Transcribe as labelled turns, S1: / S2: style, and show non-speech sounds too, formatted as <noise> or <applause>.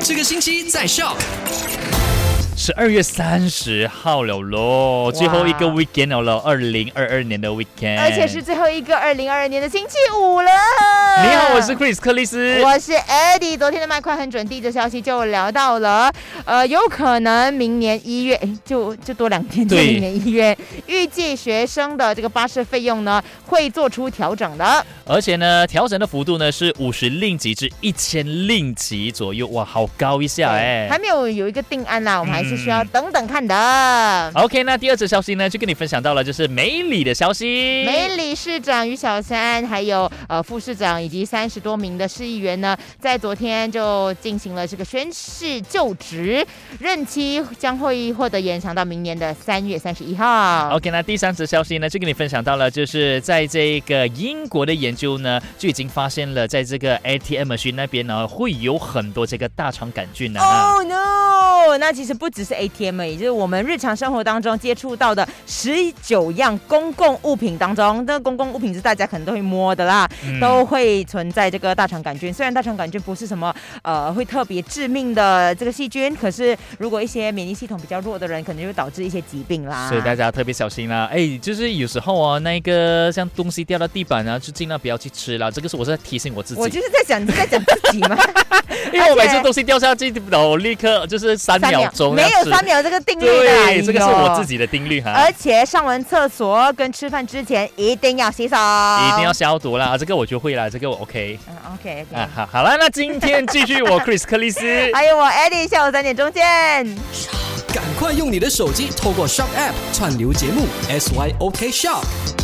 S1: 这个星期在 Shock
S2: 十二月三十号了喽，最后一个 weekend 了喽，二零二二年的 weekend，
S3: 而且是最后一个二零二二年的星期五了。
S2: 你好，我是 Chris 克里斯。
S3: 我是 Eddie。昨天的麦快很准，第一则消息就聊到了，呃，有可能明年一月，诶就就多两天，就
S2: 对
S3: 明年一月，预计学生的这个巴士费用呢会做出调整的。
S2: 而且呢，调整的幅度呢是五十令吉至一千令吉左右，哇，好高一下哎、
S3: 还没有有一个定案啦，我们还是需要
S2: 嗯
S3: 等等看的。
S2: OK，那第二则消息呢，就跟你分享到了，就是梅里的消息。
S3: 梅理事长于小三，还有呃副市长以及三十多名的市议员呢，在昨天就进行了这个宣誓就职，任期将会获得延长到明年的三月三十一号。
S2: OK，那第三则消息呢，就跟你分享到了，就是在这个英国的研究呢，就已经发现了，在这个 ATM 区那边呢，会有很多这个大肠杆菌啊呢、
S3: 哦
S4: Oh no！那其实不只是 ATM，也欸就是我们日常生活当中接触到的十九样公共物品当中，那公共物品是大家可能都会摸的啦，
S2: 嗯
S4: 都会存在这个大肠杆菌。虽然大肠杆菌不是什么呃会特别致命的这个细菌，可是如果一些免疫系统比较弱的人，可能就会导致一些疾病啦。
S2: 所以大家特别小心啦。哎，就是有时候哦，那个像东西掉到地板啊，就尽量不要去吃啦。这个是我是在提醒我自己，
S4: 我就是在想，你是在讲自己吗？
S2: <laughs> 因为我每次
S4: 而且
S2: 东西掉下去，我立刻就是三秒钟
S4: 没
S2: 要
S4: 有
S2: 吃
S4: 哎三秒这个定律的啦。
S2: 对，这个是
S4: 哎呦
S2: 我自己的啊定律哈。
S4: 而且上完厕所跟吃饭之前一定要洗手，
S2: 一
S4: 一
S2: 定要。消毒啦，啊这个我就会啦，这个我 OK
S4: 嗯，OK OK。
S2: 啊，好，好了，那今天继续我 Chris 克里斯，
S4: 还哎有我 Eddie，下午三点钟见。
S1: 赶快用你的手机透过 Shock App 串流节目 SYOK Shock。